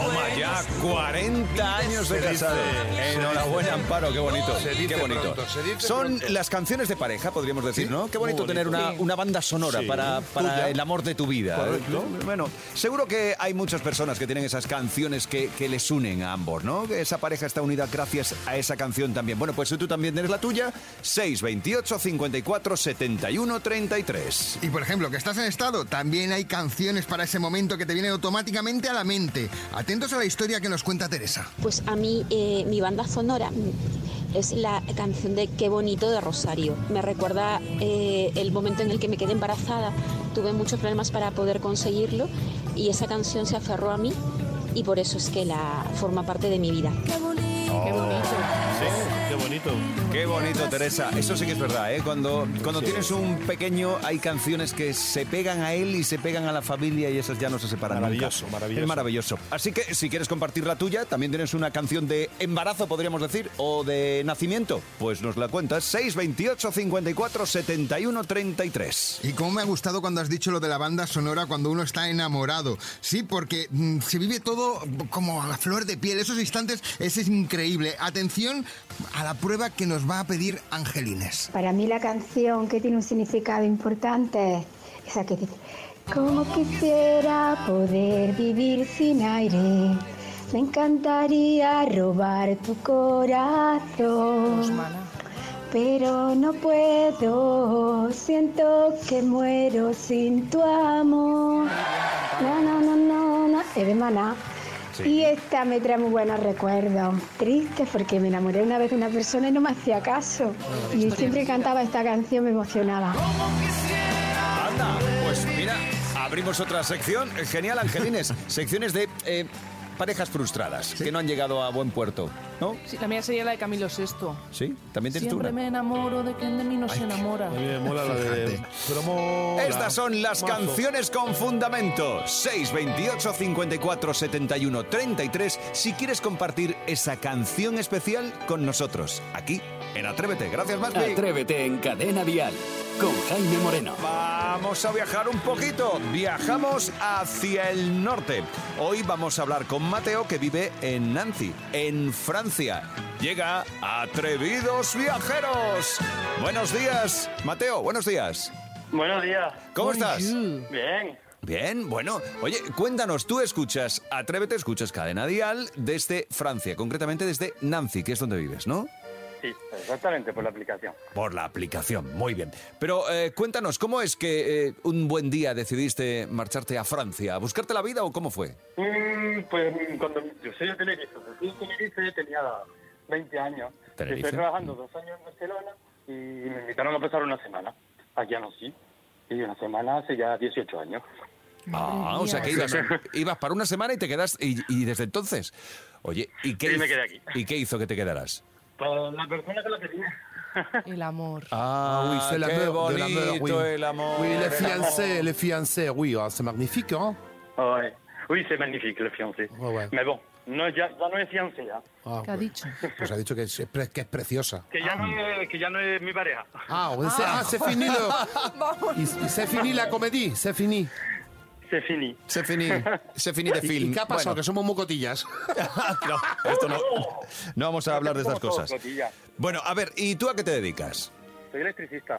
[SPEAKER 1] Toma ya, 40 años de
[SPEAKER 3] Se dice,
[SPEAKER 1] casado.
[SPEAKER 3] se
[SPEAKER 1] Enhorabuena,
[SPEAKER 3] dice.
[SPEAKER 1] Amparo, qué bonito.
[SPEAKER 3] Se dice
[SPEAKER 1] qué bonito.
[SPEAKER 3] pronto, se dice
[SPEAKER 1] Son
[SPEAKER 3] pronto.
[SPEAKER 1] las canciones de pareja, podríamos decir, ¿no? Qué bonito,
[SPEAKER 3] Muy bonito.
[SPEAKER 1] tener una,
[SPEAKER 3] Sí.
[SPEAKER 1] una banda sonora
[SPEAKER 3] Sí.
[SPEAKER 1] para, para
[SPEAKER 3] Tuya.
[SPEAKER 1] el amor de tu vida.
[SPEAKER 3] Correcto.
[SPEAKER 1] Bueno, seguro que hay muchas personas que tienen esas canciones que, que les unen a ambos, ¿no? Que esa pareja está unida gracias a esa canción también. Bueno, pues si tú también tienes la tuya, 628 54 71 33.
[SPEAKER 4] Y por ejemplo, que estás en estado, también hay canciones para ese momento que te vienen automáticamente a la mente. Atentos a la historia que nos cuenta Teresa.
[SPEAKER 14] Pues a mí eh, mi banda sonora mm, es la canción de Qué bonito de Rosario. Me recuerda eh, el momento en el que me quedé embarazada. Tuve muchos problemas para poder conseguirlo y esa canción se aferró a mí y por eso es que la forma parte de mi vida.
[SPEAKER 1] Qué bonito.
[SPEAKER 3] Qué bonito.
[SPEAKER 1] Qué bonito, Teresa. Eso sí que es verdad, ¿eh? Cuando, cuando tienes un pequeño, hay canciones que se pegan a él y se pegan a la familia y esas ya no se separan
[SPEAKER 3] Maravilloso,
[SPEAKER 1] nunca.
[SPEAKER 3] maravilloso.
[SPEAKER 1] Es maravilloso. Así que si quieres compartir la tuya, también tienes una canción de embarazo, podríamos decir, o de nacimiento, pues nos la cuentas. 628 54 71 33.
[SPEAKER 4] Y cómo me ha gustado cuando has dicho lo de la banda sonora cuando uno está enamorado. Sí, porque mm, se vive todo como a la flor de piel. Esos instantes, ese es increíble. Atención a la prueba que nos va a pedir Angelines.
[SPEAKER 15] Para mí la canción que tiene un significado importante es esa que dice, como quisiera poder vivir sin aire, me encantaría robar tu corazón, pero no puedo, siento que muero sin tu amor. No, no, no, no, no, es de Maná. Y esta me trae muy buenos recuerdos. Triste porque me enamoré una vez de una persona y no me hacía caso. Y siempre cantaba esta canción, me emocionaba.
[SPEAKER 1] Anda, pues mira, abrimos otra sección. Eh, Genial,
[SPEAKER 3] (laughs)
[SPEAKER 1] Angelines. Secciones de eh, parejas frustradas que no han llegado a buen puerto. ¿No?
[SPEAKER 5] Sí, la mía sería la de Camilo Sesto.
[SPEAKER 1] ¿Sí? ¿También tienes tú
[SPEAKER 5] Siempre
[SPEAKER 1] una?
[SPEAKER 5] me enamoro de quien de mí no se enamora.
[SPEAKER 1] Estas son las
[SPEAKER 3] Mazo.
[SPEAKER 1] canciones con fundamento. 628 54 71 33 si quieres compartir esa canción especial con nosotros. Aquí, en Atrévete. Gracias, Maspi.
[SPEAKER 6] Atrévete en Cadena Dial con Jaime Moreno.
[SPEAKER 1] Vamos a viajar un poquito. Viajamos hacia el norte. Hoy vamos a hablar con Mateo que vive en Nancy, en Francia. Llega Atrevidos Viajeros. Buenos días, Mateo. Buenos días.
[SPEAKER 16] Buenos días.
[SPEAKER 1] ¿Cómo estás?
[SPEAKER 16] Bien.
[SPEAKER 1] Bien, bueno, oye, cuéntanos, tú escuchas, atrévete, escuchas Cadena Dial desde Francia, concretamente desde Nancy, que es donde vives, ¿no?
[SPEAKER 16] Sí, exactamente, por la aplicación.
[SPEAKER 1] Por la aplicación, muy bien. Pero eh, cuéntanos, ¿cómo es que eh, un buen día decidiste marcharte a Francia? ¿A buscarte la vida o cómo fue?
[SPEAKER 16] Mm, pues mm, cuando yo soy de Tenerife, me fui a Tenerife, tenía 20 años.
[SPEAKER 1] Tenerife.
[SPEAKER 16] Estoy trabajando dos años en Barcelona y me invitaron a pasar una semana. Aquí a sí. Y una semana hace ya 18 años.
[SPEAKER 1] Ah, o sea que ibas, ibas para una semana y te quedas, y, y desde entonces. Oye, ¿y qué,
[SPEAKER 16] Sí, me
[SPEAKER 1] hizo-
[SPEAKER 16] quedé aquí.
[SPEAKER 1] ¿y qué hizo que te quedarás?
[SPEAKER 16] Para Pues, la persona que la tenía.
[SPEAKER 5] El amor.
[SPEAKER 1] Ah,
[SPEAKER 3] oui, c'est la
[SPEAKER 1] qué
[SPEAKER 3] meur de la meur,
[SPEAKER 1] bonito
[SPEAKER 3] oui.
[SPEAKER 1] el amor.
[SPEAKER 3] Oui, les
[SPEAKER 1] el
[SPEAKER 3] fiancés,
[SPEAKER 1] amor.
[SPEAKER 3] les fiancés, oui, ah, c'est magnifique, hein
[SPEAKER 16] Ouais. Oui, c'est magnifique, le fiancé.
[SPEAKER 3] Ouais, ouais.
[SPEAKER 16] Mais bon, No, ya, ya no es fiancé ya.
[SPEAKER 3] Ah,
[SPEAKER 5] ¿Qué ha dicho?
[SPEAKER 3] Pues ha dicho que es, pre- que es preciosa.
[SPEAKER 16] Que ya, no es, que ya no es mi pareja.
[SPEAKER 3] Ah, bueno, se, ah, se finí lo-
[SPEAKER 5] (laughs)
[SPEAKER 3] y, y se finí la comedí, se finí.
[SPEAKER 16] Se finí.
[SPEAKER 1] Se finí. (laughs) Se finí de
[SPEAKER 3] ¿Y-
[SPEAKER 1] film.
[SPEAKER 3] ¿Y qué ha pasado?
[SPEAKER 1] Bueno.
[SPEAKER 3] Que somos mucotillas.
[SPEAKER 1] (laughs) no, esto no. No vamos a hablar de estas
[SPEAKER 16] Somos
[SPEAKER 1] cosas.
[SPEAKER 16] cotilla.
[SPEAKER 1] Bueno, a ver, ¿y tú a qué te dedicas?
[SPEAKER 16] pues, Soy electricista.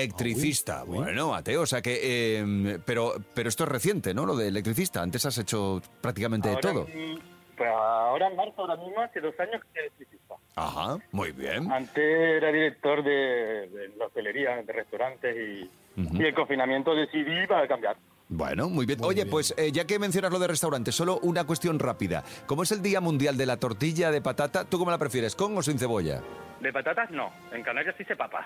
[SPEAKER 1] Electricista. Bueno, Mateo, o sea que. eh, pero, pero esto es reciente, ¿no? Lo de electricista. Antes has hecho prácticamente de
[SPEAKER 16] Ahora
[SPEAKER 1] todo.
[SPEAKER 16] mi- Pues ahora en marzo, ahora mismo, hace dos años que soy electricista.
[SPEAKER 1] Ajá, muy bien.
[SPEAKER 16] Antes era director de, de la hostelería, de restaurantes y, y el confinamiento decidí para cambiar.
[SPEAKER 1] Bueno, muy bien. Oye, pues eh, ya que mencionas lo de restaurantes, solo una cuestión rápida. ¿Cómo es el Día Mundial de la Tortilla de Patata? ¿Tú cómo la prefieres, con o sin cebolla?
[SPEAKER 16] De patatas no, en Canarias sí se papa.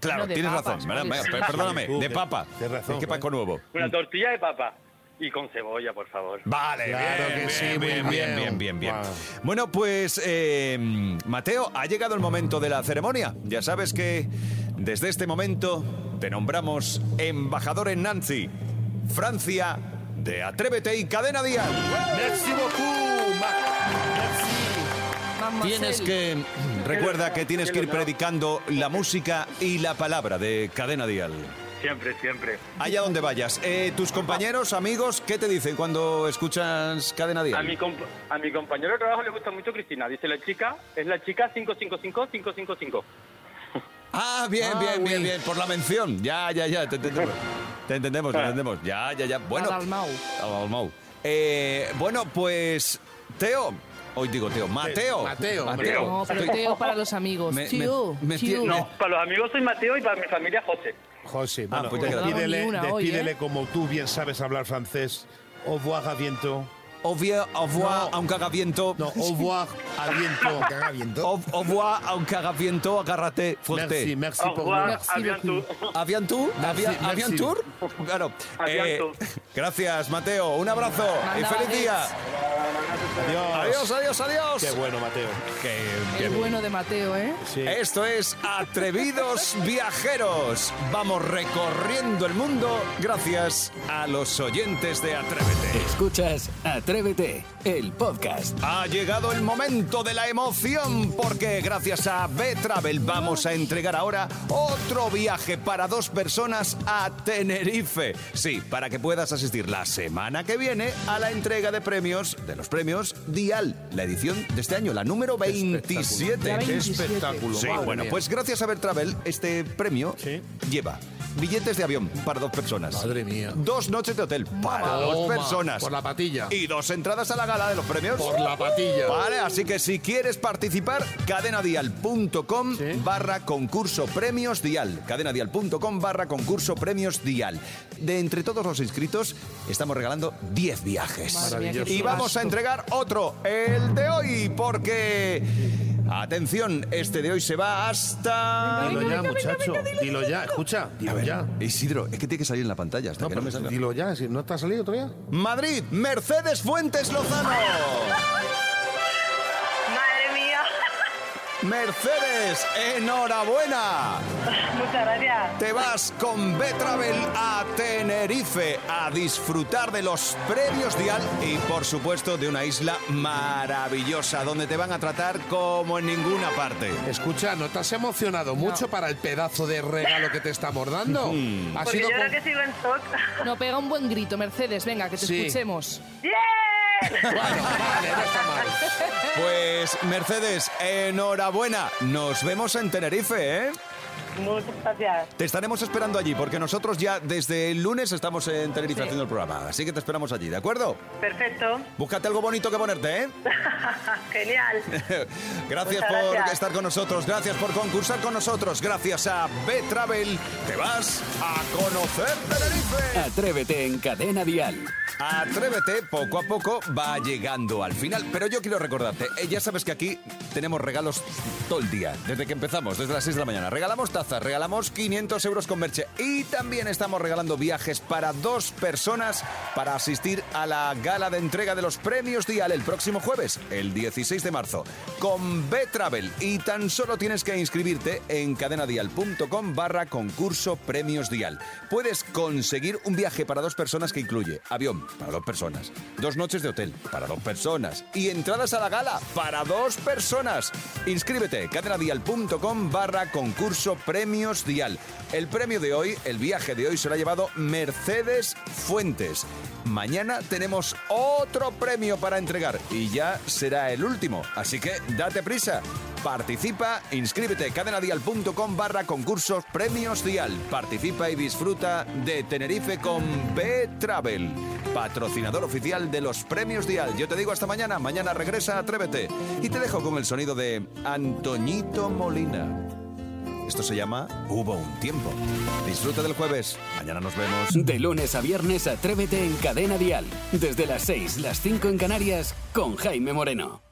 [SPEAKER 1] Claro,
[SPEAKER 16] No, de
[SPEAKER 1] tienes
[SPEAKER 16] papas,
[SPEAKER 1] razón.
[SPEAKER 16] ¿cuál
[SPEAKER 1] Me-
[SPEAKER 16] es?
[SPEAKER 1] me- perdóname,
[SPEAKER 16] Sí,
[SPEAKER 1] de
[SPEAKER 16] de-
[SPEAKER 1] papa.
[SPEAKER 16] de razón,
[SPEAKER 1] es que Paco Nuevo.
[SPEAKER 16] Una tortilla de papa y con cebolla, por favor.
[SPEAKER 1] Vale, bien, bien, bien, bien, bien, bien, bien. Bueno, pues eh, Mateo, ha llegado el momento de la ceremonia. Ya sabes que desde este momento te nombramos embajador en Nancy, Francia, de Atrévete y Cadena Dial.
[SPEAKER 3] Merci beaucoup, ma- merci.
[SPEAKER 1] Tienes que recuerda que tienes que ir predicando la música y la palabra de Cadena Dial.
[SPEAKER 16] Siempre, siempre.
[SPEAKER 1] Allá donde vayas. Eh, tus compañeros, amigos, ¿qué te dicen cuando escuchas Cadena Dial?
[SPEAKER 16] A mi, comp- a mi compañero de trabajo le gusta mucho Cristina. Dice la chica, es la chica 555-555.
[SPEAKER 1] Ah, bien,
[SPEAKER 16] Ah,
[SPEAKER 1] bien, bien,
[SPEAKER 16] oui.
[SPEAKER 1] bien, por la mención. Ya, ya, ya, te entendemos. Te entendemos, te entendemos. Ya, ya, ya. Bueno.
[SPEAKER 5] Al Dalmau.
[SPEAKER 1] Al Dalmau. Eh, bueno, pues Teo, hoy digo Teo, Mateo.
[SPEAKER 3] Mateo,
[SPEAKER 5] No, pero
[SPEAKER 1] Estoy-
[SPEAKER 5] Teo para los amigos.
[SPEAKER 1] Me-
[SPEAKER 5] Tío,
[SPEAKER 1] me- me
[SPEAKER 5] tío.
[SPEAKER 1] tie-
[SPEAKER 16] No, para los amigos soy Mateo y para mi familia José.
[SPEAKER 3] José,
[SPEAKER 1] Ah,
[SPEAKER 3] bueno,
[SPEAKER 1] pues te quedas.
[SPEAKER 3] despídele,
[SPEAKER 1] Ni una hoy,
[SPEAKER 3] despídele como tú bien sabes hablar francés. Au revoir a viento.
[SPEAKER 1] Au revoir, au revoir, aunque haga viento.
[SPEAKER 3] No, (laughs) au revoir a viento.
[SPEAKER 1] Au, au revoir, aunque haga viento, agárrate fuerte.
[SPEAKER 3] Merci, merci
[SPEAKER 16] Ah,
[SPEAKER 3] Au pour revoir, nous. merci
[SPEAKER 16] beaucoup.
[SPEAKER 1] Avian tour.
[SPEAKER 3] Merci,
[SPEAKER 1] Avian- avian
[SPEAKER 3] merci.
[SPEAKER 1] tour. Claro.
[SPEAKER 16] Avian
[SPEAKER 1] Eh,
[SPEAKER 16] tour.
[SPEAKER 1] (laughs) gracias, Mateo. Un abrazo y
[SPEAKER 5] Mandaba
[SPEAKER 1] feliz día. Adiós, adiós, adiós.
[SPEAKER 3] Qué bueno, Mateo.
[SPEAKER 1] Qué, qué
[SPEAKER 5] El bueno de Mateo, ¿eh?
[SPEAKER 1] Esto es
[SPEAKER 3] (laughs)
[SPEAKER 1] Atrevidos Viajeros. Vamos recorriendo el mundo gracias a los oyentes de Atrévete.
[SPEAKER 6] Escuchas Atrévete, el podcast.
[SPEAKER 1] Ha llegado el momento de la emoción porque gracias a B-Travel vamos a entregar ahora otro viaje para dos personas a Tenerife. Sí, para que puedas asistir la semana que viene a la entrega de premios, de los premios Dial, la edición de este año, la número 27.
[SPEAKER 3] Qué espectáculo.
[SPEAKER 1] Sí,
[SPEAKER 3] madre
[SPEAKER 1] bueno,
[SPEAKER 3] mía.
[SPEAKER 1] pues gracias a Vertravel, este premio lleva billetes de avión para dos personas.
[SPEAKER 3] Madre mía.
[SPEAKER 1] Dos noches de hotel para dos
[SPEAKER 3] Toma,
[SPEAKER 1] personas.
[SPEAKER 3] por la patilla.
[SPEAKER 1] Y dos entradas a la gala de los premios.
[SPEAKER 3] Por la patilla.
[SPEAKER 1] Vale, así que si quieres participar, cadenadial.com barra concurso premios dial. Cadenadial.com barra concurso premios dial. De entre todos los inscritos, estamos regalando 10 viajes.
[SPEAKER 3] Madre mía, Maravilloso. qué
[SPEAKER 1] Y vamos a
[SPEAKER 3] gasto.
[SPEAKER 1] entregar otro, el de hoy, porque... Atención, este de hoy se va hasta...
[SPEAKER 3] Dilo ya, muchacho. Dilo ya, escucha,
[SPEAKER 1] A
[SPEAKER 3] dilo
[SPEAKER 1] ver,
[SPEAKER 3] ya.
[SPEAKER 1] Isidro, es que tiene que salir en la pantalla hasta
[SPEAKER 3] No,
[SPEAKER 1] que no
[SPEAKER 3] pero
[SPEAKER 1] me salga.
[SPEAKER 3] dilo ya, si no te ha salido todavía.
[SPEAKER 1] Madrid, Mercedes Fuentes Lozano.
[SPEAKER 17] Madre mía,
[SPEAKER 1] Mercedes, enhorabuena.
[SPEAKER 17] muchas gracias.
[SPEAKER 1] Te vas con Betravel a Tenerife a disfrutar de los premios Dial y por supuesto de una isla maravillosa donde te van a tratar como en ninguna parte.
[SPEAKER 3] Escucha, ¿no te has emocionado mucho para el pedazo de regalo que te estamos dando?
[SPEAKER 1] Ujú.
[SPEAKER 3] Ha
[SPEAKER 17] Porque
[SPEAKER 3] sido
[SPEAKER 17] yo
[SPEAKER 3] con-
[SPEAKER 17] creo que sigo en shock. (laughs)
[SPEAKER 5] No, pega un buen grito, Mercedes. Venga, que te
[SPEAKER 3] Sí.
[SPEAKER 5] escuchemos.
[SPEAKER 1] Pues Mercedes, enhorabuena. Nos vemos en Tenerife, ¿eh?
[SPEAKER 17] Muchas gracias.
[SPEAKER 1] Te estaremos esperando allí porque nosotros ya desde el lunes estamos en Tenerife haciendo el programa. Así que te esperamos allí, ¿de acuerdo?
[SPEAKER 17] Perfecto.
[SPEAKER 1] Búscate algo bonito que ponerte, ¿eh?
[SPEAKER 17] Genial.
[SPEAKER 1] (laughs) Gracias
[SPEAKER 17] Muchas
[SPEAKER 1] por
[SPEAKER 17] gracias.
[SPEAKER 1] estar con nosotros, gracias por concursar con nosotros, gracias a B-Travel te vas a conocer Tenerife.
[SPEAKER 6] Atrévete en Cadena Dial.
[SPEAKER 1] Atrévete, poco a poco va llegando al final, pero yo quiero recordarte, eh, ya sabes que aquí tenemos regalos todo el día, desde que empezamos, desde las 6 de la mañana. Regalamos tazas tazas. Regalamos 500 euros con merche. Y también estamos regalando viajes para dos personas para asistir a la gala de entrega de los premios Dial el próximo jueves, el 16 de marzo, con B-Travel. Y tan solo tienes que inscribirte en cadenadial.com barra concurso premios Dial. Puedes conseguir un viaje para dos personas que incluye avión para dos personas, dos noches de hotel para dos personas y entradas a la gala para dos personas. Inscríbete, cadenadial.com barra concurso premios dial. El premio de hoy, el viaje de hoy será llevado Mercedes Fuentes. Mañana tenemos otro premio para entregar y ya será el último, así que date prisa. Participa, inscríbete, cadenadial.com barra concursos premios dial. Participa y disfruta de Tenerife con B-Travel, patrocinador oficial de los premios dial. Yo te digo hasta mañana, mañana regresa, atrévete. Y te dejo con el sonido de Antoñito Molina. Esto se llama Hubo un tiempo. Disfruta del jueves, mañana nos vemos.
[SPEAKER 6] De lunes a viernes, atrévete en Cadena Dial. Desde las 6, las 5 en Canarias, con Jaime Moreno.